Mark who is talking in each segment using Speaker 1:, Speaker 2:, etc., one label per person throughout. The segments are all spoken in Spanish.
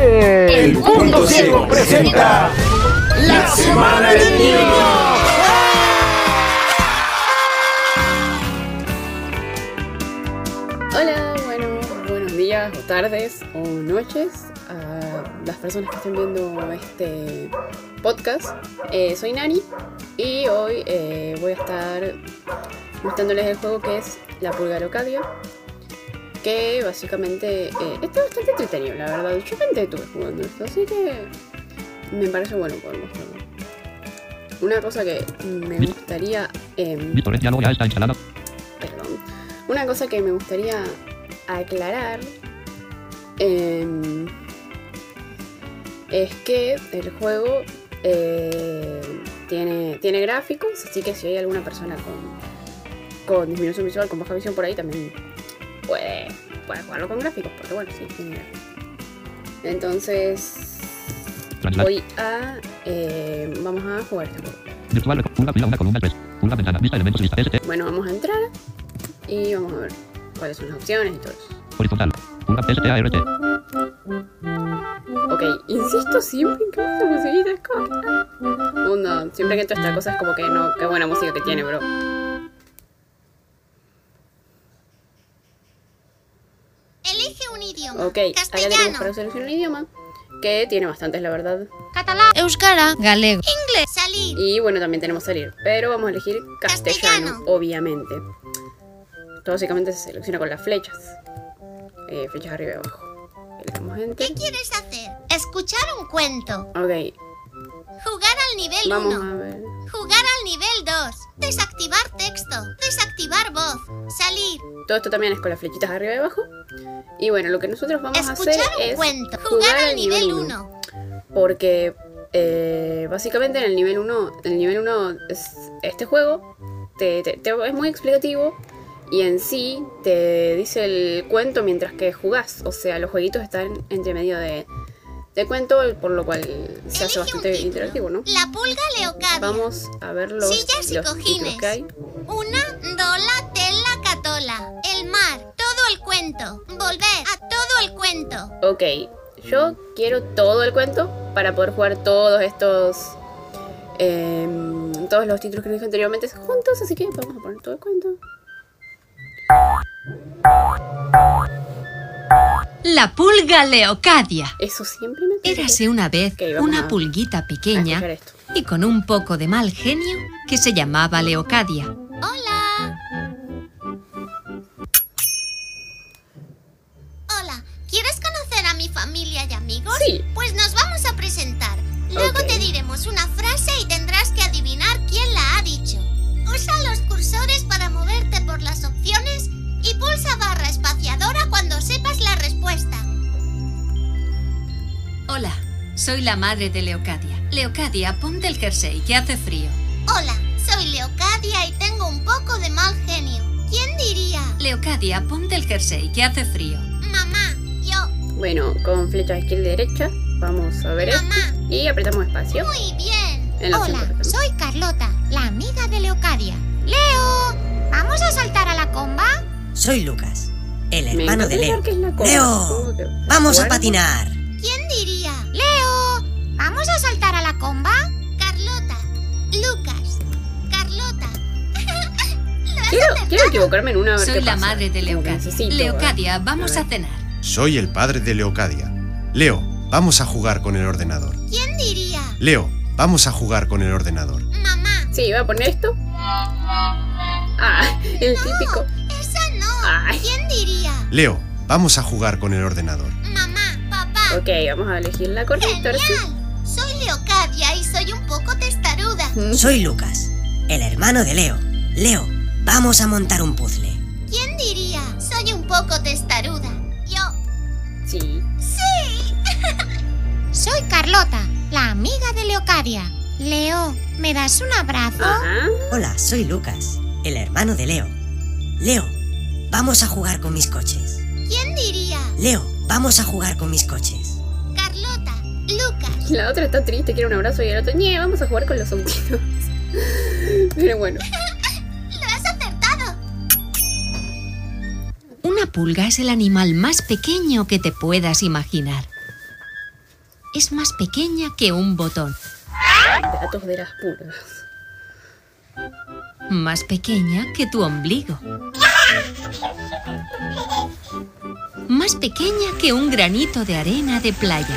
Speaker 1: El Punto Ciego presenta La Semana del Niño.
Speaker 2: Hola, bueno, buenos días o tardes o noches a las personas que estén viendo este podcast. Eh, soy Nani y hoy eh, voy a estar mostrándoles el juego que es La Pulga Locadia, que básicamente eh, está bastante entretenido, la verdad. Yo me entretuve jugando esto, así que me parece bueno poder mostrarlo. Una cosa que me gustaría... em,
Speaker 3: BitTorrent diálogo ya está instalada.
Speaker 2: perdón. Una cosa que me gustaría aclarar em, es que el juego eh, tiene, tiene gráficos, así que si hay alguna persona con, con disminución visual, con baja visión por ahí, también puede, puede jugarlo con gráficos, porque bueno, sí, tiene gráficos. Entonces,
Speaker 3: Translate.
Speaker 2: voy a... em, vamos a jugar este juego.
Speaker 3: Virtual record. Pulga fila una columna 3. Pulga ventana. Vista elementos lista ST.
Speaker 2: Bueno, vamos a entrar y vamos a ver cuáles son las opciones y todo eso.
Speaker 3: Horizontal. Pulga START.
Speaker 2: Ok, insisto siempre en que esta musiquita es como que- Onda, siempre que entro a esta cosa es como que no, qué buena música que tiene, bro.
Speaker 4: Elige un idioma.
Speaker 2: Ok, acá tenemos
Speaker 4: Castellano,
Speaker 2: para solucionar el idioma, que tiene bastantes, la verdad.
Speaker 4: catalán,
Speaker 5: euskara, galego,
Speaker 4: inglés, salir,
Speaker 2: Y bueno, también tenemos salir, pero vamos a elegir castellano,
Speaker 4: Castellano.
Speaker 2: obviamente. Esto básicamente se selecciona con las flechas. Eh, flechas arriba y abajo. Le damos enter.
Speaker 4: ¿Qué quieres hacer? Escuchar un cuento.
Speaker 2: Ok,
Speaker 4: Jugar al nivel
Speaker 2: vamos
Speaker 4: 1.
Speaker 2: a ver.
Speaker 4: Jugar al nivel 2. Desactivar texto. Desactivar voz. Salir.
Speaker 2: Todo esto también es con las flechitas arriba y abajo. Y bueno, lo que nosotros vamos a
Speaker 4: Escuchar
Speaker 2: hacer
Speaker 4: un
Speaker 2: es
Speaker 4: cuento. Jugar al nivel
Speaker 2: uno.
Speaker 4: 1.
Speaker 2: porque eh, básicamente en el nivel 1, el nivel 1 es este juego te- te- te- es muy explicativo y en sí te dice el cuento mientras que jugás, o sea, los jueguitos están entre medio de, de cuento, por lo cual se hace
Speaker 4: Elige un
Speaker 2: bastante
Speaker 4: título.
Speaker 2: interactivo, ¿no?
Speaker 4: La pulga leocadia.
Speaker 2: Vamos a ver los,
Speaker 4: Sillas y
Speaker 2: los títulos
Speaker 4: cojines.
Speaker 2: que hay.
Speaker 4: Una dola tela catola. El mar. Todo el cuento. Volver a todo el cuento.
Speaker 2: Ok, yo quiero todo el cuento para poder jugar todos estos. em, todos los títulos que dije anteriormente juntos, así que vamos a poner todo el cuento.
Speaker 5: la pulga leocadia.
Speaker 2: Eso siempre me parece.
Speaker 5: Érase una vez
Speaker 2: Ok, vamos a-
Speaker 5: una pulguita
Speaker 2: a
Speaker 5: pequeña
Speaker 2: escuchar esto.
Speaker 5: y con un poco de mal genio que se llamaba Leocadia.
Speaker 4: Hola. Hola, ¿quieres conocer a mi familia y amigos?
Speaker 2: Sí.
Speaker 4: Pues nos vamos a presentar. Luego
Speaker 2: Ok.
Speaker 4: te diremos una frase y tendrás que adivinar quién la ha dicho. Usa los cursores para moverte por las opciones y pulsa barra espaciadora cuando sepas la respuesta.
Speaker 5: Hola, soy la madre de Leocadia. Leocadia, ponte el jersey que hace frío.
Speaker 4: Hola, soy Leocadia y tengo un poco de mal genio. ¿Quién diría?
Speaker 5: Leocadia, ponte el jersey que hace frío.
Speaker 4: Mamá, yo,
Speaker 2: Bueno, con flecha izquierda y derecha, vamos a ver esto.
Speaker 4: mamá.
Speaker 2: Y apretamos espacio.
Speaker 4: Muy bien.
Speaker 2: En la
Speaker 4: Hola,
Speaker 2: superficie.
Speaker 4: soy Carlota, la amiga de Leocadia. Leo, ¿vamos a saltar a la comba?
Speaker 6: Soy Lucas, el
Speaker 2: Me
Speaker 6: hermano de
Speaker 2: encanta
Speaker 6: Leo.
Speaker 2: pensar que es la cosa,
Speaker 6: Leo,
Speaker 2: supongo que-
Speaker 6: Vamos a
Speaker 2: Bueno,
Speaker 6: patinar.
Speaker 4: ¿Quién diría? Leo, ¿vamos a saltar a la comba? Carlota, Lucas, Carlota. Lo has
Speaker 2: Quiero,
Speaker 4: acertado.
Speaker 2: quiero equivocarme en una a ver
Speaker 5: Soy
Speaker 2: qué
Speaker 5: la
Speaker 2: pasa.
Speaker 5: madre de
Speaker 2: Como que
Speaker 5: Leocadia.
Speaker 2: necesito, eh.
Speaker 5: Leocadia,
Speaker 2: A
Speaker 5: vamos
Speaker 2: ver.
Speaker 5: a cenar.
Speaker 7: Soy el padre de Leocadia. Leo, vamos a jugar con el ordenador.
Speaker 4: ¿Quién diría?
Speaker 7: Leo, vamos a jugar con el ordenador.
Speaker 4: Mamá,
Speaker 2: ¿eh? Sí, voy a poner esto. Ah, el típico.
Speaker 4: esa no.
Speaker 2: Ay.
Speaker 4: ¿Quién diría?
Speaker 7: Leo, vamos a jugar con el ordenador.
Speaker 4: Mamá, papá.
Speaker 2: Ok, vamos a elegir la correcta. ahora sí.
Speaker 4: Genial. Soy Leocadia y soy un poco testaruda.
Speaker 6: Soy Lucas, el hermano de Leo. Leo, vamos a montar un puzzle.
Speaker 4: ¿Quién diría? Soy un poco testaruda. Yo.
Speaker 2: Sí.
Speaker 4: ¡Sí! Soy Carlota, la amiga de Leocadia. Leo, ¿me das un abrazo?
Speaker 2: Ajá.
Speaker 6: Hola, soy Lucas, el hermano de Leo. Leo, vamos a jugar con mis coches.
Speaker 4: ¿Quién diría?
Speaker 6: Leo, vamos a jugar con mis coches.
Speaker 4: Carlota, Lucas.
Speaker 2: La otra está triste, quiere un abrazo y el otro, ñe, vamos a jugar con los autitos. Pero bueno.
Speaker 4: ¡Lo has acertado!
Speaker 5: Una pulga es el animal más pequeño que te puedas imaginar. es más pequeña que un botón,
Speaker 2: Datos de las puras.
Speaker 5: más pequeña que tu ombligo, más pequeña que un granito de arena de playa.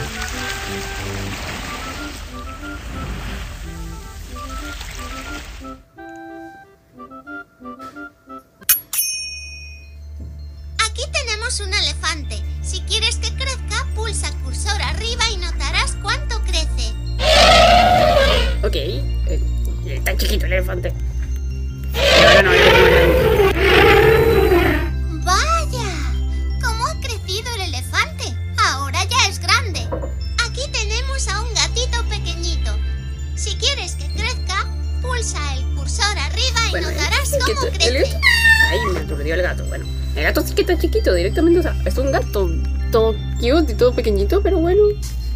Speaker 4: Aquí tenemos un elefante. Si quieres que crezca, pulsa el cursor arriba y notarás cuánto crece.
Speaker 2: Ok. eh, eh, tan chiquito el elefante. Ahora no, ahora no, ahora no.
Speaker 4: ¡Vaya! ¿Cómo ha crecido el elefante? Ahora ya es grande. Aquí tenemos a un gatito pequeñito. Si quieres que crezca, pulsa el cursor arriba y
Speaker 2: Bueno, el
Speaker 4: notarás
Speaker 2: gato sí que
Speaker 4: cómo
Speaker 2: te- el este
Speaker 4: crece.
Speaker 2: gato- Ay, me aturdió el gato. Bueno, el gato sí que está chiquito directamente. O sea, es un gato todo cute y todo pequeñito, pero bueno.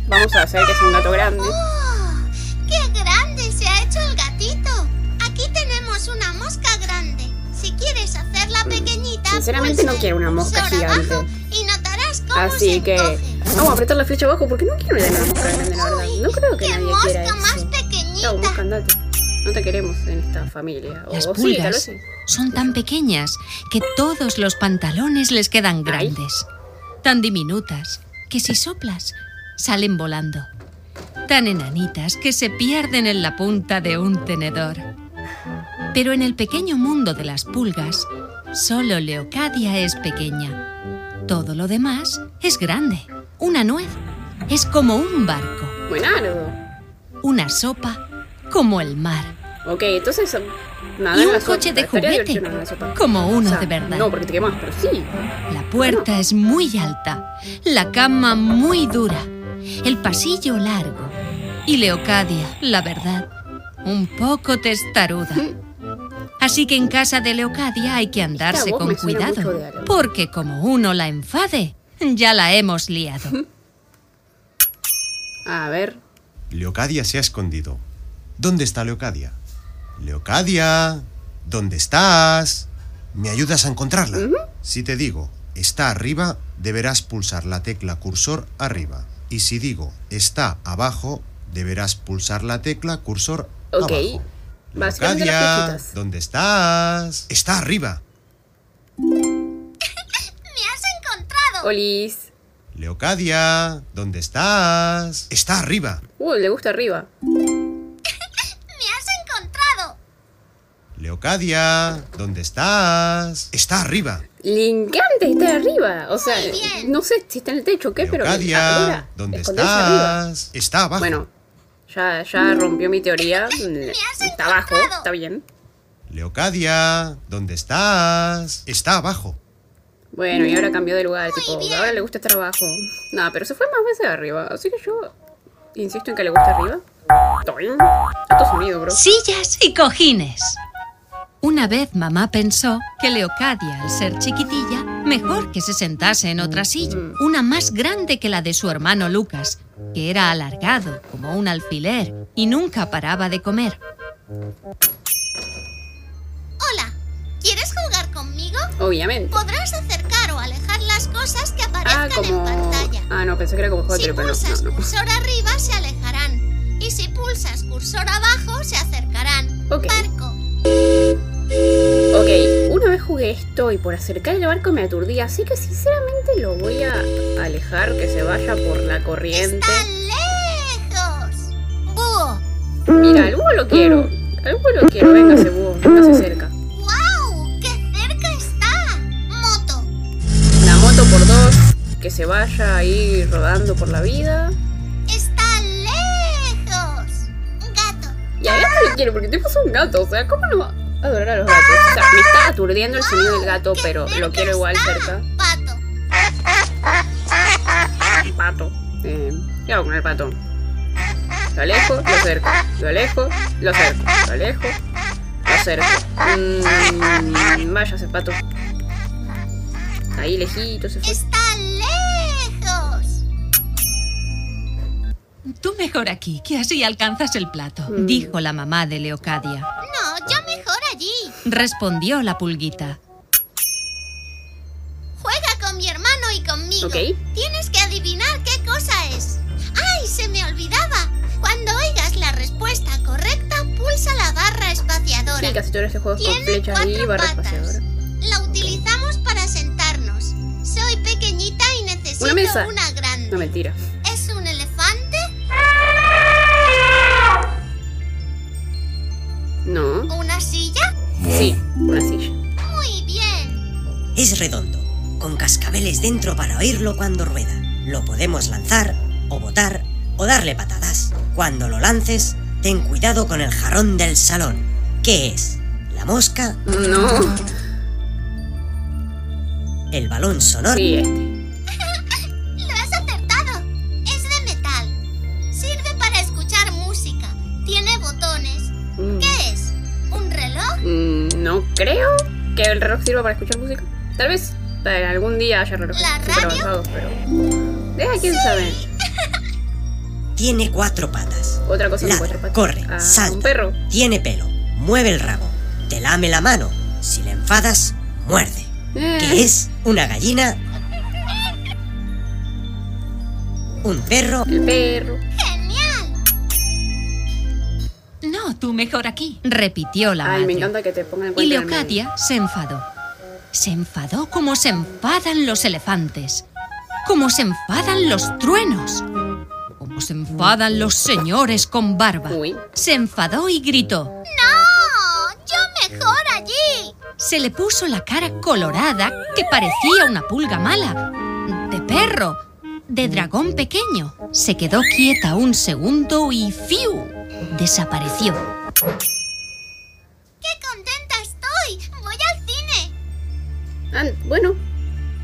Speaker 2: Vamos a hacer que sea un gato grande.
Speaker 4: ¡Oh! ¡Qué grande se ha hecho el gatito! Aquí tenemos una mosca grande. Si quieres hacerla pequeñita, pues,
Speaker 2: Sinceramente
Speaker 4: pulsa
Speaker 2: no
Speaker 4: el
Speaker 2: quiero una mosca
Speaker 4: cursor
Speaker 2: gigante.
Speaker 4: abajo y notarás cómo
Speaker 2: Así
Speaker 4: se
Speaker 2: que.
Speaker 4: encoge.
Speaker 2: Vamos a apretar la flecha abajo porque no quiero tener una mosca grande, la verdad.
Speaker 4: Uy,
Speaker 2: No creo que
Speaker 4: ¡Qué
Speaker 2: nadie
Speaker 4: mosca
Speaker 2: quiera
Speaker 4: más
Speaker 2: eso.
Speaker 4: pequeñita!
Speaker 2: Chao, mosca, andate. No te queremos en esta familia. O
Speaker 5: Las
Speaker 2: o sí, tal vez
Speaker 5: pulgas
Speaker 2: sí.
Speaker 5: son tan pequeñas que todos los pantalones les quedan grandes. Tan diminutas que si soplas salen volando. Tan enanitas que se pierden en la punta de un tenedor. Pero en el pequeño mundo de las pulgas, solo Leocadia es pequeña. Todo lo demás es grande. Una nuez es como un barco.
Speaker 2: Buenardo.
Speaker 5: Una sopa como el mar.
Speaker 2: Ok, entonces. Nada,
Speaker 5: Y
Speaker 2: una
Speaker 5: un
Speaker 2: sopa.
Speaker 5: coche de
Speaker 2: Estaría
Speaker 5: juguete,
Speaker 2: divertido una sopa.
Speaker 5: como
Speaker 2: O
Speaker 5: uno
Speaker 2: sea,
Speaker 5: de verdad.
Speaker 2: No, porque te quemas, pero sí.
Speaker 5: La puerta es muy alta, la cama muy dura, el pasillo largo y Leocadia, la verdad, un poco testaruda. Así que en casa de Leocadia hay que andarse
Speaker 2: voz
Speaker 5: con
Speaker 2: me suena mucho
Speaker 5: cuidado,
Speaker 2: de algo.
Speaker 5: porque como uno la enfade, ya la hemos liado.
Speaker 2: A ver.
Speaker 7: Leocadia se ha escondido. ¿Dónde está Leocadia? Leocadia, ¿dónde estás? ¿Me ayudas a encontrarla? Si te digo, está arriba, deberás pulsar la tecla cursor arriba. Y si digo, está abajo, deberás pulsar la tecla cursor
Speaker 2: Ok.
Speaker 7: abajo.
Speaker 2: Vas cambiando las
Speaker 7: Leocadia,
Speaker 2: flechitas.
Speaker 7: ¿dónde estás? Está arriba.
Speaker 4: ¡Me has encontrado!
Speaker 2: Olis.
Speaker 7: Leocadia, ¿dónde estás? Está arriba.
Speaker 2: Uh, le gusta arriba.
Speaker 4: ¡Me has encontrado!
Speaker 7: Leocadia, ¿dónde estás? Está arriba.
Speaker 2: Le encanta estar arriba. O sea,
Speaker 4: Muy bien.
Speaker 2: no sé si está en el techo o qué, pero.
Speaker 7: Leocadia,
Speaker 2: adora
Speaker 7: ¿dónde
Speaker 2: esconderse arriba.
Speaker 7: estás? Está abajo.
Speaker 2: Bueno, ya, ya rompió mi teoría.
Speaker 4: has
Speaker 2: Está abajo,
Speaker 4: encontrado.
Speaker 2: está bien.
Speaker 7: Leocadia, ¿dónde estás? Está abajo.
Speaker 2: Bueno, y ahora cambió de lugar, tipo,
Speaker 4: Mm. bien.
Speaker 2: ahora le gusta estar abajo. Nada, pero se fue más veces arriba, así que yo insisto en que le gusta arriba. Toin. Alto sonido, bro.
Speaker 5: sillas y cojines. Una vez mamá pensó que Leocadia, al ser chiquitilla, mejor que se sentase en otra silla, una más grande que la de su hermano Lucas, que era alargado como un alfiler y nunca paraba de comer.
Speaker 4: Hola, ¿quieres jugar conmigo?
Speaker 2: Obviamente.
Speaker 4: Podrás acercar o alejar las cosas que
Speaker 2: Ah,
Speaker 4: aparezcan en
Speaker 2: como.
Speaker 4: pantalla.
Speaker 2: Ah, no, pensé que era como juego de
Speaker 4: Si
Speaker 2: tiro, pero
Speaker 4: pulsas
Speaker 2: no, no, no.
Speaker 4: cursor arriba, se alejarán. Y si pulsas cursor abajo, se acercarán.
Speaker 2: Ok.
Speaker 4: Barco.
Speaker 2: Ok, una vez jugué esto y por acercar el barco me aturdí, así que sinceramente lo voy a alejar, que se vaya por la corriente.
Speaker 4: ¡Está lejos! ¡Búho!
Speaker 2: Mira, al búho lo quiero. Al búho lo quiero, venga ese búho, no se acerca.
Speaker 4: ¡Guau! ¡Qué cerca está! ¡Moto!
Speaker 2: La moto por dos, que se vaya ahí rodando por la vida.
Speaker 4: ¡Está lejos! ¡Gato!
Speaker 2: Y al gato le quiero, porque te puso un gato, o sea, ¿cómo no va a adorar a los gatos? O sea, me está aturdiendo el sonido del gato,
Speaker 4: ¡Qué
Speaker 2: pero lo
Speaker 4: cerca
Speaker 2: quiero igual
Speaker 4: está!
Speaker 2: cerca.
Speaker 4: ¡Pato!
Speaker 2: pato. Eh, ¿Qué hago con el pato? Lo alejo, lo acerco. Lo alejo, lo acerco. Lo alejo, lo acerco. Mm, vaya ese pato. Ahí lejito se fue.
Speaker 4: ¡Está lejos!
Speaker 5: Tú mejor aquí, que así alcanzas el plato,
Speaker 2: Mm.
Speaker 5: dijo la mamá de Leocadia.
Speaker 4: No, yo mejor allí.
Speaker 5: Respondió la pulguita.
Speaker 4: Juega con mi hermano y conmigo.
Speaker 2: Ok.
Speaker 4: Tienes que adivinar qué cosa es. ¡Ay, se me
Speaker 2: tutoriales de juegos este con
Speaker 4: Tiene
Speaker 2: flechas y
Speaker 4: cuatro
Speaker 2: barra
Speaker 4: patas.
Speaker 2: espaciadora.
Speaker 4: La utilizamos para sentarnos. Soy pequeñita y necesito
Speaker 2: Una mesa.
Speaker 4: una
Speaker 2: No,
Speaker 4: grande.
Speaker 2: mentira.
Speaker 4: ¿Es un elefante?
Speaker 2: No.
Speaker 4: ¿Una silla?
Speaker 2: Sí, una silla.
Speaker 4: Muy bien.
Speaker 6: Es redondo, con cascabeles dentro para oírlo cuando rueda. Lo podemos lanzar, o botar, o darle patadas. Cuando lo lances, ten cuidado con el jarrón del salón. ¿Qué es? ¿La mosca?
Speaker 2: No.
Speaker 6: ¿El balón sonoro?
Speaker 2: Sí, este.
Speaker 4: Lo has acertado. Es de metal. Sirve para escuchar música. Tiene botones.
Speaker 2: Mm.
Speaker 4: ¿Qué es? ¿Un reloj?
Speaker 2: Mm, no creo que el reloj sirva para escuchar música. Tal vez para algún día haya relojes
Speaker 4: ¿La
Speaker 2: super
Speaker 4: radio?
Speaker 2: avanzados, pero. Deja quién sabe.
Speaker 6: Tiene cuatro patas.
Speaker 2: Otra cosa con
Speaker 6: Ladra,
Speaker 2: cuatro patas.
Speaker 6: corre,
Speaker 2: Ah,
Speaker 6: salta.
Speaker 2: Un perro.
Speaker 6: Tiene pelo. Mueve el rabo. Te lame la mano. Si le enfadas, muerde.
Speaker 2: Eh,
Speaker 6: ¿Qué es? ¿Una gallina? ¿Un perro?
Speaker 2: El perro.
Speaker 4: ¡Genial!
Speaker 5: No, tú mejor aquí, repitió la
Speaker 2: Ay, me
Speaker 5: madre.
Speaker 2: encanta que te pongan en
Speaker 5: Y
Speaker 2: cuenta. en el medio.
Speaker 5: Leocadia se enfadó. Se enfadó como se enfadan los elefantes, como se enfadan los truenos, como se enfadan los señores con barba.
Speaker 2: Uy.
Speaker 5: Se enfadó y gritó.
Speaker 4: ¡No! ¡Oh, ¡Yo mejor allí!
Speaker 5: Se le puso la cara colorada que parecía una pulga mala, de perro, de dragón pequeño. Se quedó quieta un segundo y ¡fiu! Desapareció.
Speaker 4: ¡Qué contenta estoy! ¡Voy al cine!
Speaker 2: Ah, bueno.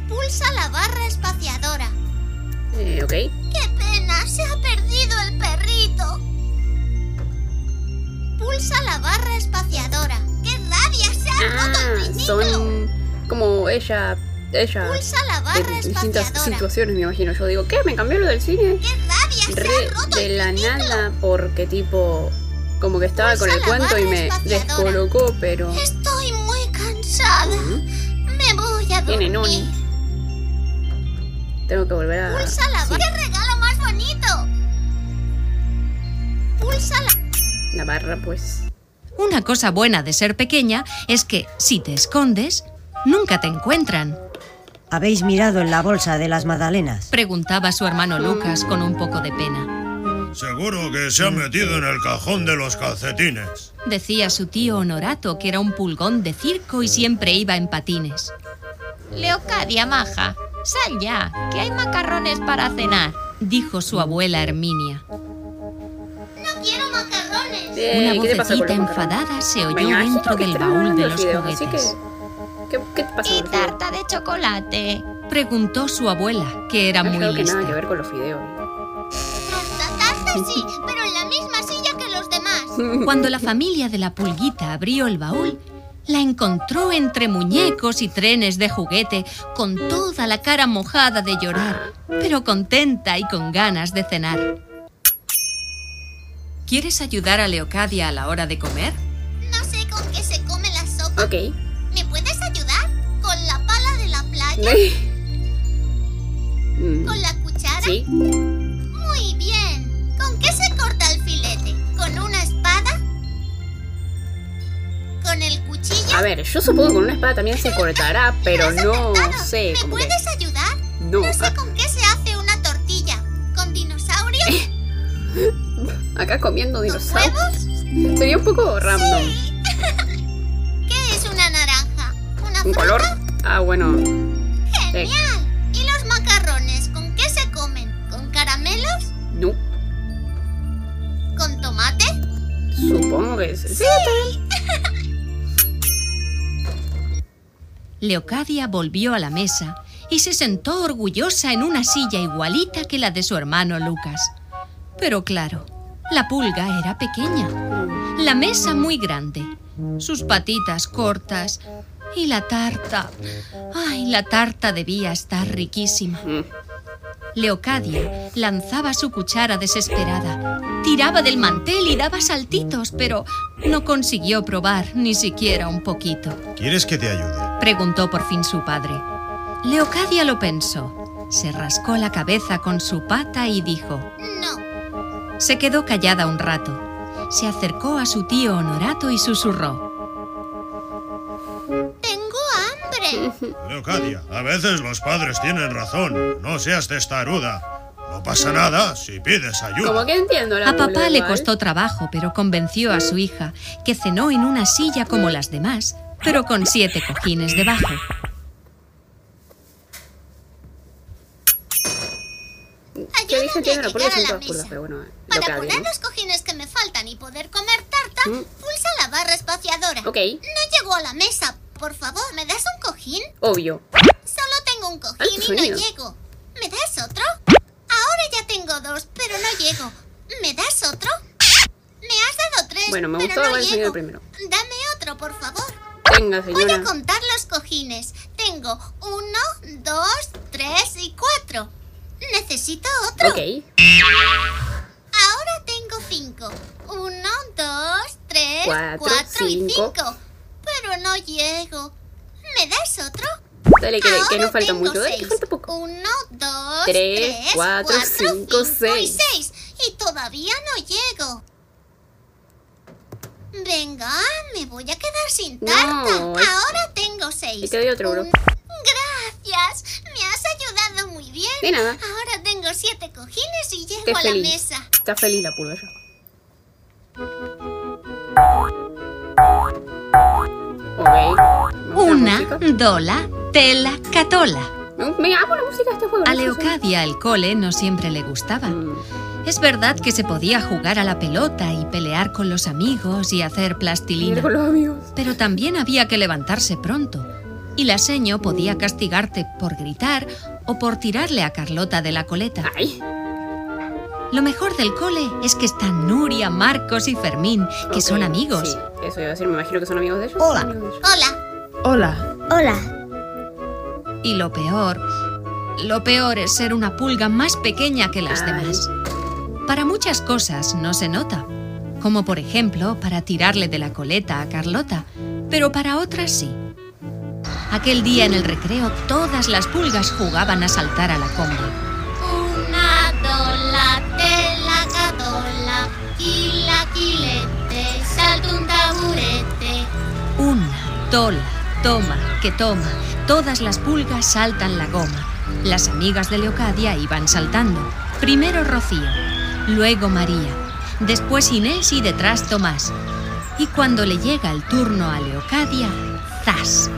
Speaker 4: Pulsa la barra espaciadora.
Speaker 2: Eh, ok.
Speaker 4: ¡Qué pena! ¡Se ha perdido el perrito! Pulsa la barra espaciadora. ¡Qué rabia! ¡Se ha roto
Speaker 2: Ah,
Speaker 4: el triciclo!
Speaker 2: son como ella. Ella.
Speaker 4: Pulsa la barra
Speaker 2: En distintas
Speaker 4: espaciadora.
Speaker 2: situaciones, me imagino. Yo digo, ¿qué? ¿Me cambió lo del cine?
Speaker 4: ¡Qué rabia! ¡Se
Speaker 2: Re
Speaker 4: ha roto
Speaker 2: de
Speaker 4: el
Speaker 2: la
Speaker 4: triciclo!
Speaker 2: nada, porque tipo. Como que estaba con
Speaker 4: Pulsa
Speaker 2: el
Speaker 4: la
Speaker 2: cuento y
Speaker 4: barra
Speaker 2: me
Speaker 4: espaciadora.
Speaker 2: descolocó, pero.
Speaker 4: Estoy muy cansada. Me voy a
Speaker 2: Tiene noni.
Speaker 4: dormir.
Speaker 2: Tengo que volver a.
Speaker 4: Pulsa la barra. ¡Qué regalo más bonito! Pulsa la
Speaker 2: La barra, pues.
Speaker 5: Una cosa buena de ser pequeña es que, si te escondes, nunca te encuentran,
Speaker 6: ¿Habéis mirado en la bolsa de las magdalenas?
Speaker 5: preguntaba su hermano Lucas con un poco de pena.
Speaker 8: Seguro que
Speaker 7: Mm.
Speaker 8: se ha metido en el cajón de los calcetines.
Speaker 5: Decía su tío Honorato que era un pulgón de circo y siempre iba en patines.
Speaker 9: Leocadia Maja, sal ya, que hay macarrones para cenar.
Speaker 5: Dijo su abuela Herminia.
Speaker 4: No quiero macarrones.
Speaker 2: Eh,
Speaker 5: Una
Speaker 2: ¿Qué te pasa con
Speaker 5: vocecita
Speaker 2: los macarrones?
Speaker 5: enfadada se
Speaker 2: Me
Speaker 5: oyó
Speaker 2: imagino
Speaker 5: dentro
Speaker 2: que
Speaker 5: del
Speaker 2: estarán
Speaker 5: baúl
Speaker 2: grabando
Speaker 5: de
Speaker 2: los
Speaker 5: los
Speaker 2: videos, así
Speaker 5: juguetes.
Speaker 2: que- ¿Qué, qué te pasa
Speaker 9: Y
Speaker 2: con los videos?
Speaker 9: tarta de chocolate.
Speaker 5: Preguntó su abuela, que era
Speaker 2: No
Speaker 5: muy
Speaker 2: creo que nada que
Speaker 5: lista.
Speaker 2: ver con los videos.
Speaker 4: Tarta, tarta, sí, pero en la misma silla que los demás.
Speaker 5: Cuando la familia de la pulguita abrió el baúl, la encontró entre muñecos y trenes de juguete, con toda la cara mojada de llorar, pero contenta y con ganas de cenar. ¿Quieres ayudar a Leocadia a la hora de comer?
Speaker 4: No sé con qué se come la sopa.
Speaker 2: Ok.
Speaker 4: ¿Me puedes ayudar? ¿Con la pala de la playa?
Speaker 2: Mm,
Speaker 4: ¿Con la cuchara?
Speaker 2: Sí.
Speaker 4: Muy bien. ¿Con qué se corta el filete? ¿Con una espada? ¿Con el cuchillo?
Speaker 2: A ver, yo supongo que con una espada también se cortará, Ah, pero no sé.
Speaker 4: ¿Me
Speaker 2: Como que,
Speaker 4: puedes ayudar?
Speaker 2: no,
Speaker 4: No sé
Speaker 2: ah,
Speaker 4: con qué se hace una tortilla. ¿Con dinosaurios?
Speaker 2: acá comiendo
Speaker 4: ¿Con
Speaker 2: dinosaurios.
Speaker 4: huevos?
Speaker 2: Sería un poco random.
Speaker 4: ¿Qué es una naranja? ¿Una
Speaker 2: ¿Un
Speaker 4: fruta?
Speaker 2: color? Ah, bueno. Eh,
Speaker 4: ¡Genial! ¿Y los macarrones? ¿Con qué se comen? ¿Con caramelos?
Speaker 2: no,
Speaker 4: ¿Con tomate?
Speaker 2: supongo que es. Sí.
Speaker 5: Leocadia volvió a la mesa y se sentó orgullosa en una silla igualita que la de su hermano Lucas. Pero claro, la pulga era pequeña,
Speaker 2: Mm,
Speaker 5: la mesa muy grande, sus patitas cortas y la tarta. ¡Ay, la tarta debía estar riquísima!
Speaker 2: Mm.
Speaker 5: Leocadia lanzaba su cuchara desesperada, tiraba del mantel y daba saltitos, pero no consiguió probar ni siquiera un poquito
Speaker 7: ¿Quieres que te ayude?
Speaker 5: preguntó por fin su padre. Leocadia lo pensó. Se rascó la cabeza con su pata y dijo.
Speaker 4: No.
Speaker 5: Se quedó callada un rato. Se acercó a su tío Honorato y susurró.
Speaker 8: Leocadia, a veces los padres tienen razón. No seas testaruda. No pasa nada si pides
Speaker 2: Como
Speaker 8: ayuda.
Speaker 2: que entiendo la
Speaker 5: A papá
Speaker 2: bula
Speaker 5: le
Speaker 2: igual.
Speaker 5: costó trabajo, pero convenció a su hija, que cenó en una silla como las demás, pero con siete cojines debajo.
Speaker 2: Yo
Speaker 4: Ayúdame
Speaker 2: dije
Speaker 4: a
Speaker 2: entiendo la purga,
Speaker 4: llegar a la
Speaker 2: son todas purgas,
Speaker 4: mesa.
Speaker 2: pero bueno, eh,
Speaker 4: Para
Speaker 2: Leocadia,
Speaker 4: poner
Speaker 2: ¿no?
Speaker 4: los cojines que me faltan y poder comer tarta,
Speaker 2: Mm.
Speaker 4: pulsa la barra espaciadora.
Speaker 2: Ok,
Speaker 4: No llego a la mesa. Por favor, ¿me das un cojín?
Speaker 2: obvio.
Speaker 4: Solo tengo un cojín
Speaker 2: Alto
Speaker 4: y
Speaker 2: sonido.
Speaker 4: no llego. ¿Me das otro? Ahora ya tengo dos, pero no llego. ¿Me das otro? Me has dado tres,
Speaker 2: Bueno, me
Speaker 4: pero
Speaker 2: gustó
Speaker 4: no
Speaker 2: voy a enseñar
Speaker 4: llego.
Speaker 2: el primero.
Speaker 4: Dame otro, por favor.
Speaker 2: Venga,
Speaker 4: Voy a
Speaker 2: señora.
Speaker 4: contar los cojines. Tengo uno, dos, tres y cuatro. Necesito otro.
Speaker 2: Ok,
Speaker 4: Ahora tengo cinco. Uno, dos, tres,
Speaker 2: Cuatro,
Speaker 4: cuatro, y
Speaker 2: cinco.
Speaker 4: cinco. Pero no llego. ¿Me das otro?
Speaker 2: dale, que, que no
Speaker 4: Ahora
Speaker 2: falta
Speaker 4: tengo
Speaker 2: mucho. Dale, que
Speaker 4: seis. Uh,
Speaker 2: falta poco.
Speaker 4: Uno, dos,
Speaker 2: Tres,
Speaker 4: tres,
Speaker 2: cuatro,
Speaker 4: cuatro,
Speaker 2: cinco,
Speaker 4: cinco,
Speaker 2: seis.
Speaker 4: y seis. Y todavía no llego. Venga, me voy a quedar sin
Speaker 2: No,
Speaker 4: tarta.
Speaker 2: es-
Speaker 4: Ahora tengo seis.
Speaker 2: Y te doy otro euro.
Speaker 4: Un- Gracias, me has ayudado muy bien.
Speaker 2: De nada.
Speaker 4: Ahora tengo siete cojines y llego
Speaker 2: Qué
Speaker 4: a la
Speaker 2: feliz.
Speaker 4: mesa.
Speaker 2: Está feliz la pulga. Ok.
Speaker 5: Una,
Speaker 2: música.
Speaker 5: dola, tela, catola.
Speaker 2: Me- Me amo la música de este juego.
Speaker 5: A
Speaker 2: no sé si-
Speaker 5: Leocadia el cole no siempre le gustaba.
Speaker 2: Mm,
Speaker 5: Es verdad que se podía jugar a la pelota y pelear con los amigos y hacer
Speaker 2: ir
Speaker 5: plastilina,
Speaker 2: con los amigos.
Speaker 5: pero también había que levantarse pronto. Y la seño podía castigarte por gritar o por tirarle a Carlota de la coleta.
Speaker 2: Ay,
Speaker 5: Lo mejor del cole es que están Nuria, Marcos y Fermín, que
Speaker 2: ok,
Speaker 5: son amigos.
Speaker 2: Sí, eso iba a decir, me imagino que son amigos de ellos.
Speaker 6: Hola.
Speaker 2: amigos de ellos.
Speaker 4: Hola.
Speaker 1: Hola.
Speaker 4: Hola.
Speaker 5: Y lo peor, lo peor es ser una pulga más pequeña que las
Speaker 2: Ay.
Speaker 5: demás. Para muchas cosas no se nota, como por ejemplo para tirarle de la coleta a Carlota, pero para otras sí. Aquel día en el recreo todas las pulgas jugaban a saltar a la comba.
Speaker 4: Una dola, tela, catola, quila, quilete, salto un taburete.
Speaker 5: Una, tola, toma, que toma. Todas las pulgas saltan la goma. Las amigas de Leocadia iban saltando. Primero Rocío, luego María, después Inés y detrás Tomás. Y cuando le llega el turno a Leocadia, ¡zas!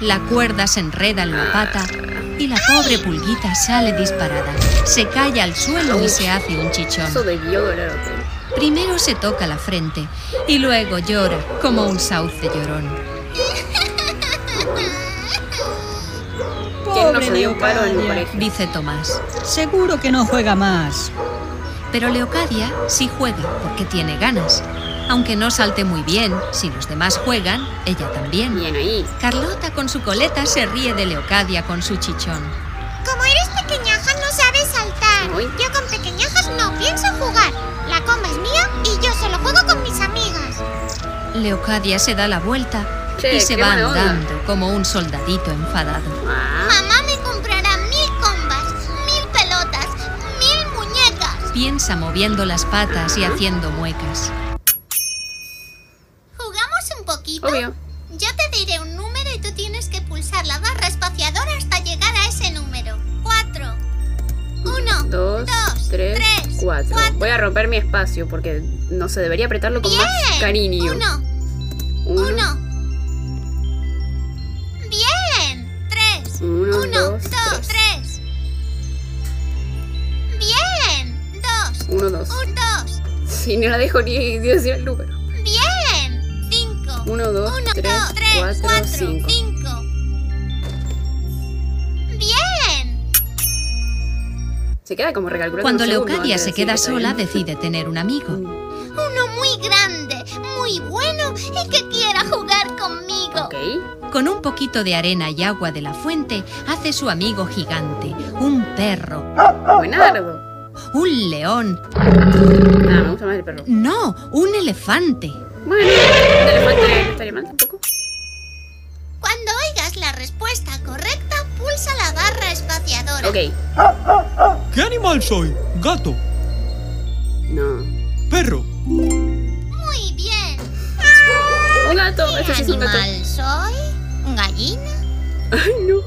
Speaker 5: La cuerda se enreda en la pata y la pobre pulguita sale disparada. Se cae al suelo y se hace un chichón.
Speaker 2: Eso debió doler a todos.
Speaker 5: Primero se toca la frente y luego llora como un sauce llorón.
Speaker 2: ¿Quién no se dio un palo en un colegio?
Speaker 5: Dice Tomás.
Speaker 10: Seguro que no juega más.
Speaker 5: Pero Leocadia sí juega porque tiene ganas. Aunque no salte muy bien, si los demás juegan, ella también.
Speaker 2: Bien ahí.
Speaker 5: Carlota con su coleta se ríe de Leocadia con su chichón.
Speaker 4: Como eres pequeñaja no sabes saltar.
Speaker 2: Uy.
Speaker 4: Yo con pequeñajas no pienso jugar. La comba es mía y yo solo juego con mis amigas.
Speaker 5: Leocadia se da la vuelta
Speaker 2: Che,
Speaker 5: y se
Speaker 2: qué
Speaker 5: va
Speaker 2: buena onda.
Speaker 5: andando como un soldadito enfadado.
Speaker 2: Ah,
Speaker 4: Mamá me comprará mil combas, mil pelotas, mil muñecas.
Speaker 5: Piensa moviendo las patas y haciendo muecas.
Speaker 4: ¿Jugamos un poquito?
Speaker 2: obvio.
Speaker 4: Yo te diré un número y tú tienes que pulsar la barra espaciadora hasta llegar a ese número. 4, 1,
Speaker 2: Dos, tres,
Speaker 4: tres,
Speaker 2: cuatro.
Speaker 4: cuatro.
Speaker 2: Voy a romper mi espacio porque no se debería apretarlo con más
Speaker 4: Bien.
Speaker 2: cariño.
Speaker 4: 1,
Speaker 2: uno,
Speaker 4: 1. Bien. 3,
Speaker 2: uno,
Speaker 4: 1,
Speaker 2: dos,
Speaker 4: 2,
Speaker 2: tres.
Speaker 4: 3. Bien. 2,
Speaker 2: Uno, dos.
Speaker 4: 1, 2.
Speaker 2: Si no la dejo ni decir el número.
Speaker 4: Bien. 5,
Speaker 2: 1, 2,
Speaker 4: 1,
Speaker 2: 3,
Speaker 4: 2, 3,
Speaker 2: 4,
Speaker 4: 4,
Speaker 2: 5.
Speaker 4: 5. Bien.
Speaker 2: Se queda como recalculando.
Speaker 5: Cuando
Speaker 2: un segundo
Speaker 5: Leocadia
Speaker 2: antes de
Speaker 5: se queda
Speaker 2: decir que
Speaker 5: sola,
Speaker 2: está
Speaker 5: decide tener un amigo.
Speaker 2: bien.
Speaker 4: Uno muy grande, muy bueno y que quiera jugar conmigo.
Speaker 2: Ok.
Speaker 5: Con un poquito de arena y agua de la fuente, hace su amigo gigante, un perro,
Speaker 2: Buenardo.
Speaker 5: un león,
Speaker 2: Nada, me gusta más el perro.
Speaker 5: no, un elefante.
Speaker 2: Bueno, el elefante no estaría mal tampoco.
Speaker 4: Cuando oigas la respuesta correcta, pulsa la barra espaciadora.
Speaker 2: Ok.
Speaker 10: ¿Qué animal soy? Gato,
Speaker 2: No.
Speaker 10: perro,
Speaker 4: Muy bien.
Speaker 2: Un gato.
Speaker 4: ¿Qué
Speaker 2: Este sí es un gato.
Speaker 4: animal soy? ¿Gallina?
Speaker 2: Ay, no.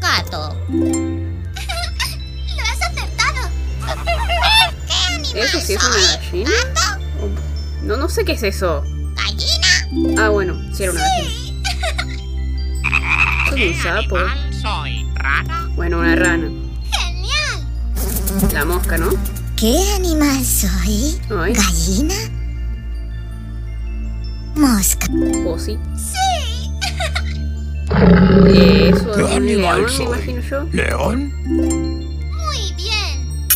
Speaker 9: Gato.
Speaker 4: ¡Lo has acertado! ¡Qué animal
Speaker 2: Eso sí es una
Speaker 4: soy!
Speaker 2: gallina. No, no sé qué es eso.
Speaker 4: ¡Gallina!
Speaker 2: Ah, bueno, sí era una gallina. Eso es un sapo.
Speaker 1: soy rana.
Speaker 2: Bueno, una rana.
Speaker 4: ¡Genial!
Speaker 2: La mosca, ¿no?
Speaker 11: ¿Qué animal soy?
Speaker 2: Ay,
Speaker 11: ¿Gallina? Mosca.
Speaker 2: o sí. Eh, Eso
Speaker 1: ¿Qué
Speaker 2: es un
Speaker 1: animal
Speaker 2: león, me
Speaker 1: soy?
Speaker 2: imagino yo.
Speaker 1: ¿León?
Speaker 4: Muy bien.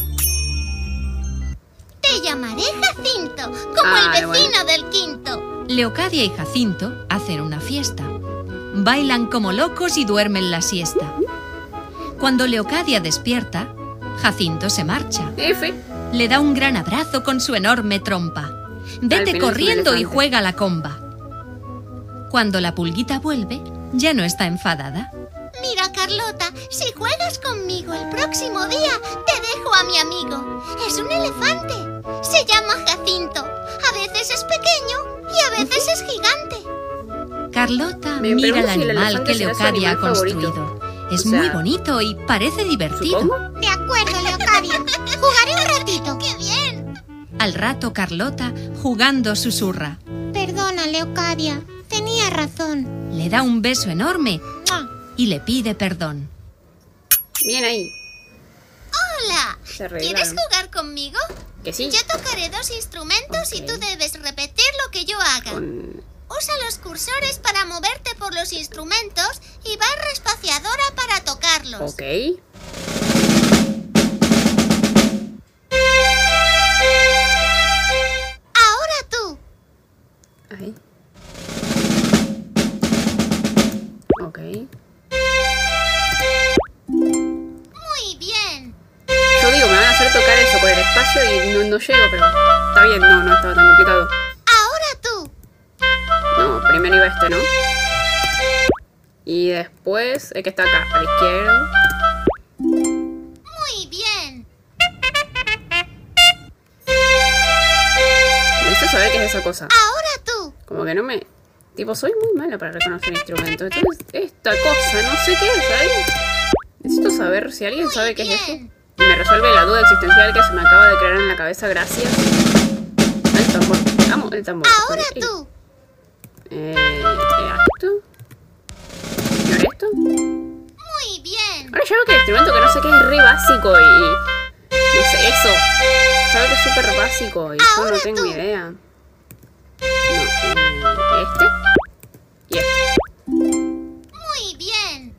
Speaker 4: Te llamaré Jacinto, como
Speaker 2: Ah,
Speaker 4: el
Speaker 2: bueno.
Speaker 4: vecino del quinto.
Speaker 5: Leocadia y Jacinto hacen una fiesta. Bailan como locos y duermen la siesta. Cuando Leocadia despierta, Jacinto se marcha.
Speaker 2: F.
Speaker 5: Le da un gran abrazo con su enorme trompa.
Speaker 2: Al fin es
Speaker 5: Vete
Speaker 2: un
Speaker 5: corriendo y
Speaker 2: elefante.
Speaker 5: juega la comba. Cuando la pulguita vuelve, ya no está enfadada.
Speaker 4: Mira, Carlota, si juegas conmigo el próximo día, te dejo a mi amigo. Es un elefante. Se llama Jacinto. A veces es pequeño y a veces es gigante.
Speaker 5: Carlota
Speaker 2: Me
Speaker 5: mira el
Speaker 2: pregunto si el
Speaker 5: animal
Speaker 2: elefante
Speaker 5: que
Speaker 2: será su
Speaker 5: Leocadia ha
Speaker 2: animal favorito.
Speaker 5: construido. Es
Speaker 2: O sea,
Speaker 5: muy bonito y parece divertido.
Speaker 2: ¿Supongo?
Speaker 4: De acuerdo, Leocadia. Jugaré un ratito. ¡Qué bien!
Speaker 5: Al rato Carlota, jugando, susurra.
Speaker 4: Perdona, Leocadia. Tenía razón.
Speaker 5: Le da un beso enorme y le pide perdón.
Speaker 2: Bien ahí.
Speaker 4: Hola.
Speaker 2: Se
Speaker 4: ¿Quieres
Speaker 2: arreglaron.
Speaker 4: jugar conmigo?
Speaker 2: Que sí.
Speaker 4: Yo tocaré dos instrumentos y
Speaker 2: Ok.
Speaker 4: tú debes repetir lo que yo haga.
Speaker 2: Con...
Speaker 4: Usa los cursores para moverte por los instrumentos y barra espaciadora para tocarlos.
Speaker 2: Ok.
Speaker 4: Ahora tú.
Speaker 2: Ahí. Ok.
Speaker 4: Muy bien.
Speaker 2: Yo digo, me van a hacer tocar eso por el espacio y no, no llego, pero está bien, no, no estaba tan complicado.
Speaker 4: Ahora tú.
Speaker 2: No, primero iba este, ¿no? Y después el que está acá, a la izquierda.
Speaker 4: Muy bien.
Speaker 2: Necesito saber qué es esa cosa.
Speaker 4: Ahora tú.
Speaker 2: Como que no me. Tipo, soy muy mala para reconocer instrumentos. Entonces, esta cosa, no sé qué es ahí. Necesito saber si alguien sabe qué es eso.
Speaker 4: bien.
Speaker 2: Y me resuelve la duda existencial que se me acaba de crear en la cabeza, gracias. Al tambor. Amo el tambor.
Speaker 4: Ahora
Speaker 2: Ey.
Speaker 4: tú.
Speaker 2: Eh, esto. ¿Y ahora esto?
Speaker 4: Muy bien.
Speaker 2: Ahora ya veo que el instrumento que no sé qué es re básico y. y no sé, eso. Ya veo que es súper básico y yo no
Speaker 4: Ahora
Speaker 2: tengo
Speaker 4: tú.
Speaker 2: idea. No, eh, este. Y este.
Speaker 4: Muy bien.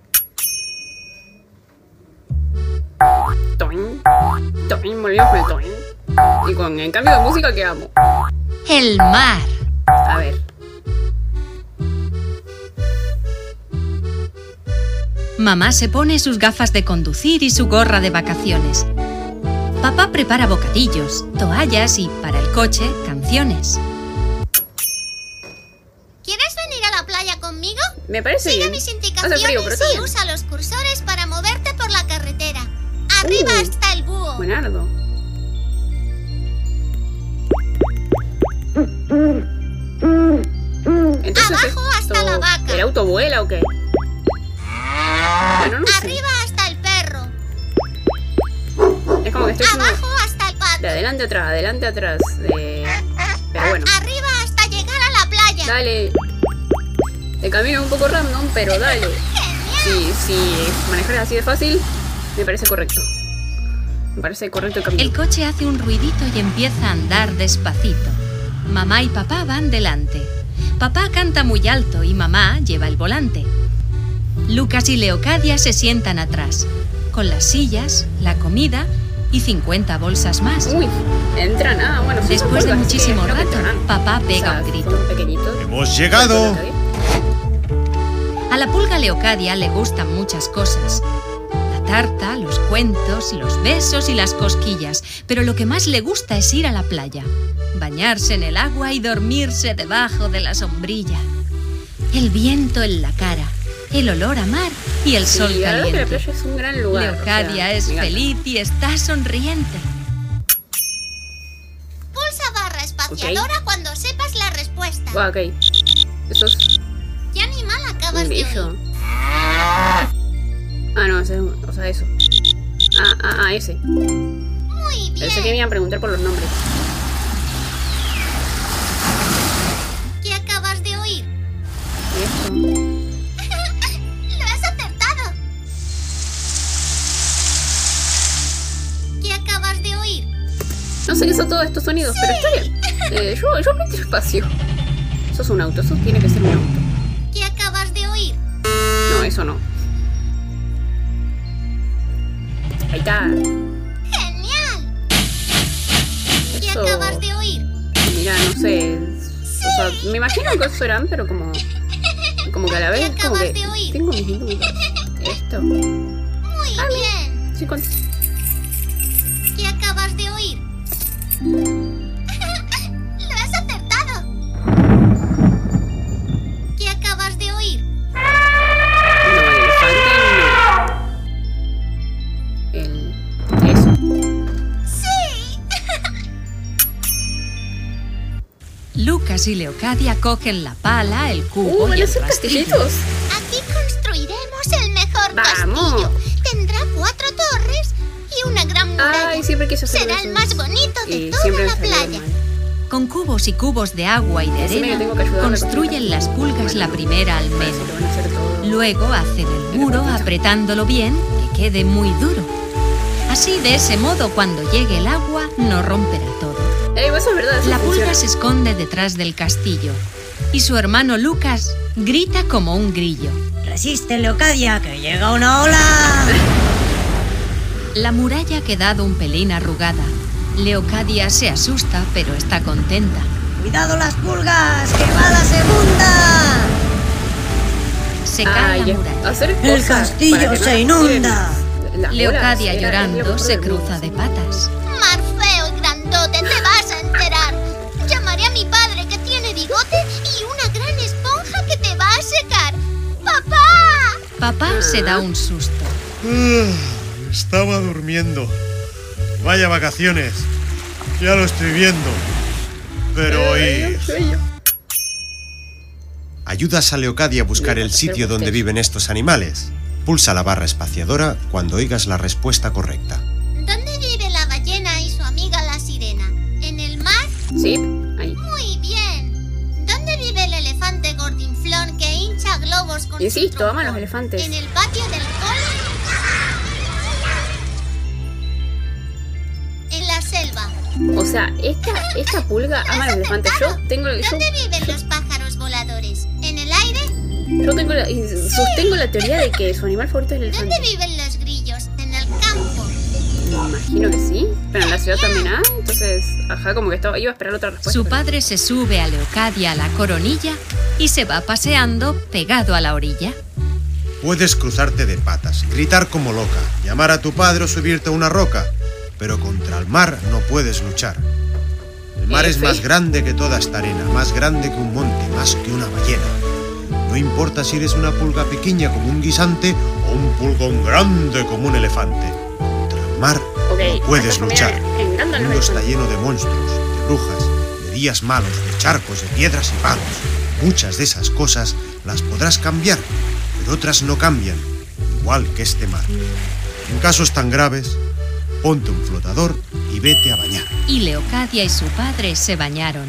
Speaker 2: este. Toin, toin, volvimos con el toin. Y con el cambio de música que amo.
Speaker 5: El mar.
Speaker 2: A ver.
Speaker 5: Mamá se pone sus gafas de conducir y su gorra de vacaciones. Papá prepara bocadillos, toallas y, para el coche, canciones.
Speaker 4: ¿Quieres venir a la playa conmigo?
Speaker 2: Me parece
Speaker 4: Sigue
Speaker 2: bien.
Speaker 4: mis
Speaker 2: Hace frío, pero
Speaker 4: indicaciones
Speaker 2: está
Speaker 4: y
Speaker 2: bien.
Speaker 4: usa los cursores para moverte por la carretera. Arriba
Speaker 2: Uh.
Speaker 4: está el búho.
Speaker 2: Buenardo. Entonces,
Speaker 4: Abajo hasta la vaca.
Speaker 2: ¿El auto vuela o qué? Bueno, no sé.
Speaker 4: Arriba hasta el perro.
Speaker 2: Es como que estoy haciendo
Speaker 4: Abajo hasta el
Speaker 2: de
Speaker 4: pato.
Speaker 2: adelante atrás, adelante atrás. eh, Pero bueno,
Speaker 4: Arriba hasta llegar a la playa.
Speaker 2: dale. El camino es un poco random, pero dale. Si, si manejar así de fácil, me parece correcto. Me parece correcto el camino.
Speaker 5: El coche hace un ruidito y empieza a andar despacito. Mamá y papá van delante. Papá canta muy alto y mamá lleva el volante. Lucas y Leocadia se sientan atrás, con las sillas, la comida y 50 bolsas más.
Speaker 2: Uy, entran. Ah, bueno, sí,
Speaker 5: Después
Speaker 2: son
Speaker 5: de
Speaker 2: curvas,
Speaker 5: muchísimo
Speaker 2: sí, creo que
Speaker 5: rato,
Speaker 2: entrarán.
Speaker 5: papá pega
Speaker 2: O sea,
Speaker 5: un grito.
Speaker 2: son pequeñitos.
Speaker 8: Hemos llegado.
Speaker 5: A la pulga Leocadia le gustan muchas cosas. La tarta, los cuentos, los besos y las cosquillas, pero lo que más le gusta es ir a la playa, bañarse en el agua y dormirse debajo de la sombrilla. El viento en la cara, el olor a mar y el sol
Speaker 2: Sí, la verdad que la
Speaker 5: caliente.
Speaker 2: playa es un gran lugar. o sea,
Speaker 5: Leocadia es
Speaker 2: me encanta.
Speaker 5: feliz y está sonriente.
Speaker 4: Pulsa barra espaciadora cuando sepas la respuesta.
Speaker 2: Guau, ok. Eso es
Speaker 4: ¿Qué animal
Speaker 2: un
Speaker 4: acabas de
Speaker 2: bello.
Speaker 4: oír?
Speaker 2: Ah, no, ese es un- O sea, eso. Ah, ah, ah, ese. Muy bien. Pensé que me iban a preguntar por los nombres.
Speaker 4: ¿Qué acabas de oír? ¡Lo has acertado! ¿Qué acabas de oír?
Speaker 2: No sé qué son todos estos sonidos, pero está bien. Eh, yo, yo aprendí espacio. Eso es un auto, eso tiene que ser un auto.
Speaker 4: ¿Qué acabas de oír?
Speaker 2: No, eso no. Ahí está.
Speaker 4: ¡Genial! ¿Qué
Speaker 2: Eso.
Speaker 4: acabas de oír?
Speaker 2: Mira, no sé. es- O sea, me imagino que eso serán, pero como. Como que a la vez. Como que tengo mis dudas. Esto.
Speaker 4: Muy bien.
Speaker 2: Sí, con-
Speaker 4: ¿Qué acabas de oír? ¡Lo has acertado! ¿Qué acabas de oír?
Speaker 5: ¡Sí! Lucas y Leocadia cogen la pala, el cubo
Speaker 4: Uh,
Speaker 5: y
Speaker 4: van a
Speaker 5: el
Speaker 4: ser
Speaker 5: rastillo.
Speaker 4: castillitos. Aquí construiremos el mejor castillo. Tendrá cuatro torres y una gran muralla. Será el más bonito de toda la playa.
Speaker 5: Con cubos y cubos de agua y de
Speaker 4: Decime que
Speaker 5: arena,
Speaker 4: tengo que ayudarle con
Speaker 5: construyen las pulgas la primera almendra. Luego hacen el muro apretándolo bien que quede muy duro. Así, de ese modo, cuando llegue el agua, no romperá todo.
Speaker 2: eso es verdad, eso
Speaker 5: la pulga
Speaker 2: funciona.
Speaker 5: se esconde detrás del castillo y su hermano Lucas grita como un grillo.
Speaker 6: Resiste, Leocadia, que llega una ola.
Speaker 5: La muralla ha quedado un pelín arrugada. Leocadia se asusta, pero está contenta.
Speaker 6: Cuidado las pulgas, que va la segunda.
Speaker 5: Se cae la muralla.
Speaker 6: El castillo se inunda.
Speaker 5: Leocadia llorando se cruza de patas.
Speaker 4: Marfeo el grandote, te vas a enterar. Llamaré a mi padre que tiene bigote y una gran esponja que te va a secar. ¡Papá!
Speaker 5: Papá se da un susto.
Speaker 8: Ah, Estaba durmiendo. Vaya vacaciones. Ya lo estoy viendo. Pero
Speaker 2: Eh,
Speaker 8: hoy...
Speaker 7: Ayudas a Leocadia a buscar el sitio donde viven estos animales. Pulsa la barra espaciadora cuando oigas la respuesta correcta.
Speaker 4: ¿Dónde vive la ballena y su amiga la sirena? ¿En el mar?
Speaker 2: Sí, ahí.
Speaker 4: Muy bien. ¿Dónde vive el elefante gordinflón que hincha globos con su
Speaker 2: Insisto, aman los
Speaker 4: trompón?
Speaker 2: elefantes.
Speaker 4: ¿En el patio del cole? En la selva.
Speaker 2: O sea, esta, esta pulga ama a los elefantes. Yo tengo, yo,
Speaker 4: ¿Dónde viven los pájaros voladores? ¿En el aire?
Speaker 2: yo tengo la, y sostengo la teoría de que su animal favorito es el elefante.
Speaker 4: ¿Dónde viven los grillos? ¿En el campo?
Speaker 2: Me imagino que sí. Pero en la ciudad también hay. Entonces, ajá, como que estaba, iba a esperar otra respuesta.
Speaker 5: Su padre se sube a Leocadia a la coronilla y se va paseando pegado a la orilla.
Speaker 7: Puedes cruzarte de patas, gritar como loca, llamar a tu padre o subirte a una roca, pero contra el mar no puedes luchar. El mar es más grande que toda esta arena, más grande que un monte, más que una ballena. No importa si eres una pulga pequeña como un guisante o un pulgón grande como un elefante. Contra el mar no puedes luchar. El mundo está lleno de monstruos, de brujas, de días malos, de charcos, de piedras y palos. Muchas de esas cosas las podrás cambiar, pero otras no cambian, igual que este mar. En casos tan graves, ponte un flotador y vete a bañar.
Speaker 5: Y Leocadia y su padre se bañaron.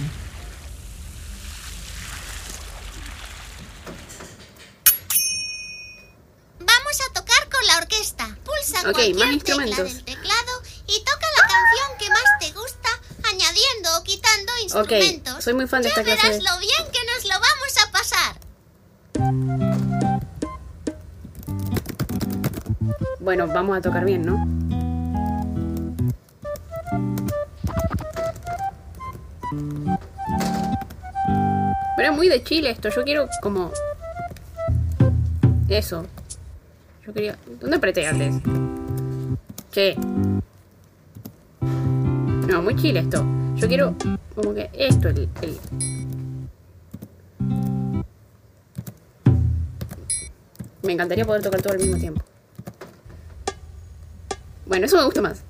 Speaker 4: Vamos a tocar con la orquesta. Pulsa
Speaker 2: Ok, más
Speaker 4: cualquier tecla
Speaker 2: instrumentos.
Speaker 4: del teclado y toca la canción que más te gusta, añadiendo o quitando
Speaker 2: Ok,
Speaker 4: instrumentos.
Speaker 2: soy muy fan de
Speaker 4: ya
Speaker 2: esta clase
Speaker 4: verás
Speaker 2: de-
Speaker 4: lo bien que nos lo vamos a pasar.
Speaker 2: Bueno, vamos a tocar bien, ¿no? Pero es muy de Chile esto, yo quiero como... Eso. Yo quería... ¿Dónde apreté antes? Che. No, muy Chile esto. Yo quiero como que esto, el... el- Me encantaría poder tocar todo al mismo tiempo. Bueno, eso me gusta más.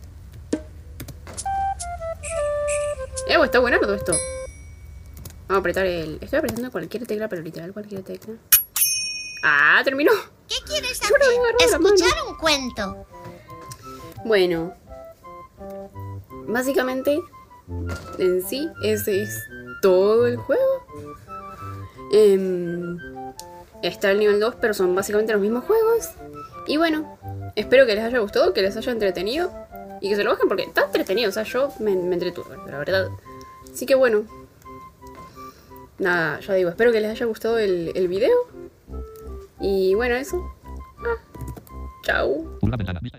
Speaker 2: Eh, está buenardo esto. Vamos a apretar el. Estoy apretando cualquier tecla, pero literal cualquier tecla. ¡Ah! ¡Terminó!
Speaker 4: ¿Qué quieres interesante escuchar un cuento.
Speaker 2: Bueno, básicamente en sí ese es todo el juego. Em, está el nivel 2, pero son básicamente los mismos juegos. Y bueno, espero que les haya gustado, que les haya entretenido y que se lo bajen porque está entretenido. O sea, yo me, me entretuve, la verdad. Así que bueno, nada, ya digo, espero que les haya gustado el, el video. Y bueno, eso. Ah, chau.
Speaker 3: Pulga ventana. Vista-